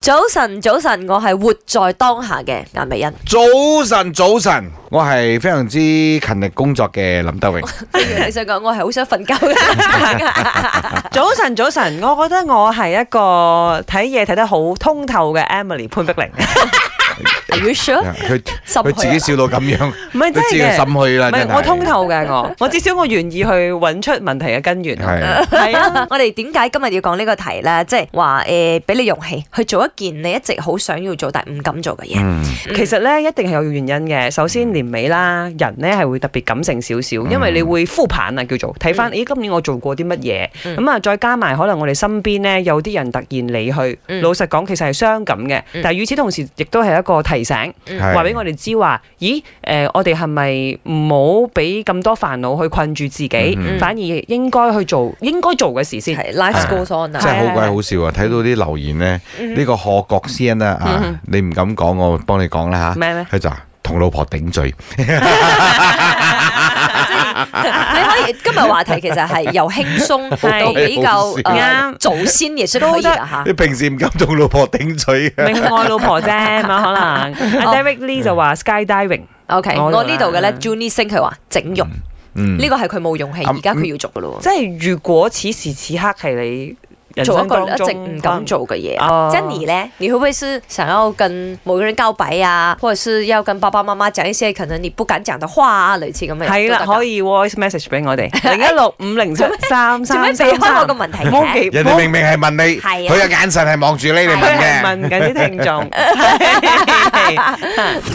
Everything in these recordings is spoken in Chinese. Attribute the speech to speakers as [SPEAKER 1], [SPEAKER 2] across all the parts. [SPEAKER 1] 早晨，早晨，我係活在當下嘅顏美 欣。
[SPEAKER 2] 早晨，早晨，我係非常之勤力工作嘅林 德榮。
[SPEAKER 1] 不如你想講，我係好想瞓覺 嘅。
[SPEAKER 3] 早晨，早晨，我覺得我係一個睇嘢睇得好通透嘅 Emily 潘碧 玲，
[SPEAKER 1] Are you sure？
[SPEAKER 2] 佢
[SPEAKER 1] 心
[SPEAKER 2] 佢
[SPEAKER 1] 虛
[SPEAKER 2] 自己笑到咁 樣，
[SPEAKER 3] 唔係
[SPEAKER 2] 你
[SPEAKER 3] 真
[SPEAKER 2] 知佢
[SPEAKER 3] 係
[SPEAKER 2] 心
[SPEAKER 3] 嘅，
[SPEAKER 2] 虛啦，
[SPEAKER 3] 唔
[SPEAKER 2] 真
[SPEAKER 3] 係
[SPEAKER 2] 係。
[SPEAKER 3] 我通透嘅 我，我至少我願意去揾出問題嘅根源。
[SPEAKER 2] 係
[SPEAKER 3] 係 啊，
[SPEAKER 1] 我哋點解今日要講呢個題咧？即係話誒，俾、你勇氣去做一件你一直好想要做但係唔敢做嘅嘢。
[SPEAKER 2] 嗯
[SPEAKER 3] 其實咧一定係有原因嘅。首
[SPEAKER 1] 嗯
[SPEAKER 3] 先年尾啦，人咧係會特別感性少少，因為你會呼盤啊，叫做睇翻，咦今年我做過啲乜嘢？
[SPEAKER 1] 嗯
[SPEAKER 3] 咁啊，再加埋可能我哋身邊咧有啲人突然離去，
[SPEAKER 1] 嗯
[SPEAKER 3] 老實講其實係傷感嘅
[SPEAKER 1] 嗯，
[SPEAKER 3] 但係與此同時亦都係一個提醒。
[SPEAKER 2] 係
[SPEAKER 3] 話俾我哋知話，咦？誒、我哋係咪唔好俾咁多煩惱去困住自己，
[SPEAKER 1] 嗯
[SPEAKER 2] 嗯
[SPEAKER 3] 反而應該去做應該做嘅事先。
[SPEAKER 1] 係 life
[SPEAKER 2] 係
[SPEAKER 1] goes on 啊。
[SPEAKER 2] 真係好鬼好笑啊！睇到啲留言咧，呢個賀國先啊，啊
[SPEAKER 3] 嗯
[SPEAKER 2] 你唔敢講，我幫你講啦吓。
[SPEAKER 3] 咩咩？
[SPEAKER 2] 佢就話同老婆頂 罪，啊
[SPEAKER 1] 你可以今日話題其實係由輕鬆
[SPEAKER 3] 係
[SPEAKER 1] 到比 較
[SPEAKER 2] 哎好
[SPEAKER 3] 笑
[SPEAKER 1] 誒
[SPEAKER 3] 啱
[SPEAKER 1] 祖先亦都可以啊嚇。
[SPEAKER 2] 你平時唔敢同老婆頂罪嘅。
[SPEAKER 3] 明愛老婆啫嘛，可 能。阿 Derek Lee 就
[SPEAKER 1] 哦
[SPEAKER 3] 話 skydiving，
[SPEAKER 1] OK，
[SPEAKER 3] 我
[SPEAKER 1] 我呢度嘅咧
[SPEAKER 3] 啦
[SPEAKER 1] Junie 星佢話整容，
[SPEAKER 2] 嗯
[SPEAKER 1] 呢個係佢冇勇氣，
[SPEAKER 2] 嗯
[SPEAKER 1] 而家佢要做噶咯喎。
[SPEAKER 3] 即係如果此時此刻係你人
[SPEAKER 1] 做一
[SPEAKER 3] 生
[SPEAKER 1] 個
[SPEAKER 3] 當
[SPEAKER 1] 一直
[SPEAKER 3] 中
[SPEAKER 1] 唔敢，做嘅嘢。
[SPEAKER 3] 哦
[SPEAKER 1] Jenny 呢，你會不會是想要跟某個人告白啊，或者是要跟爸爸媽媽講一些可能你不敢講的話啊，類似咁嘅嘢
[SPEAKER 3] 係啦，
[SPEAKER 1] 都得㗎
[SPEAKER 3] 可以 voice message 俾我哋 零一六五零七三
[SPEAKER 1] 做咩
[SPEAKER 3] 三
[SPEAKER 1] 避開
[SPEAKER 3] 三
[SPEAKER 1] 我
[SPEAKER 3] 三
[SPEAKER 1] 個。問題
[SPEAKER 3] 冇
[SPEAKER 1] 嘅？
[SPEAKER 3] 忌
[SPEAKER 2] 人哋明明係問你，
[SPEAKER 1] 係啊
[SPEAKER 2] 佢嘅眼神係望住你嚟
[SPEAKER 3] 佢
[SPEAKER 2] 問
[SPEAKER 3] 係
[SPEAKER 2] 嘅。
[SPEAKER 3] 問緊啲聽 眾。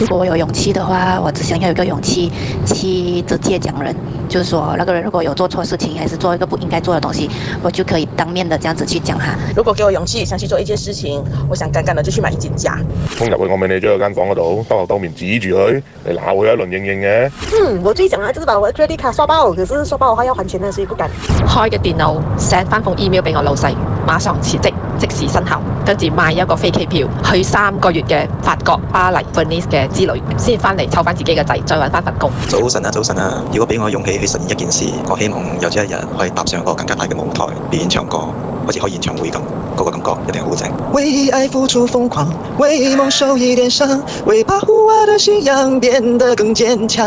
[SPEAKER 4] 如果我有勇氣的话，我只想要有一个勇气去直接讲人，就是说那个人如果有做错事情，还是做一个不应该做的东西，我就可以当面的这样子去讲他。
[SPEAKER 5] 如果给我勇气，想去做一件事情，我想干干的就去买一间家。
[SPEAKER 6] 衝入去我美女咗佢間房嗰度，兜頭兜面指住佢，你鬧佢一輪應應嘅。
[SPEAKER 7] 嗯，我最想啊，就是把我的 credit card 刷爆，可是刷爆的话要還錢的，所以不敢。
[SPEAKER 8] 開嘅電腦 send 翻封 email 俾我老細，馬上辭職，即時生效，跟住買一個飛機票去三個月嘅法國巴黎 Venice 嘅之旅，先翻嚟湊翻自己嘅仔，再揾翻份工。
[SPEAKER 9] 早晨啊，早晨啊！如果俾我勇氣去實現一件事，我希望有朝一日可以踏上一個更加大嘅舞台，表演唱歌，好似開演唱會咁，嗰、個感覺一定好正。
[SPEAKER 10] 为爱付出疯狂，为梦受一点伤，为保护我的信仰变得更坚强。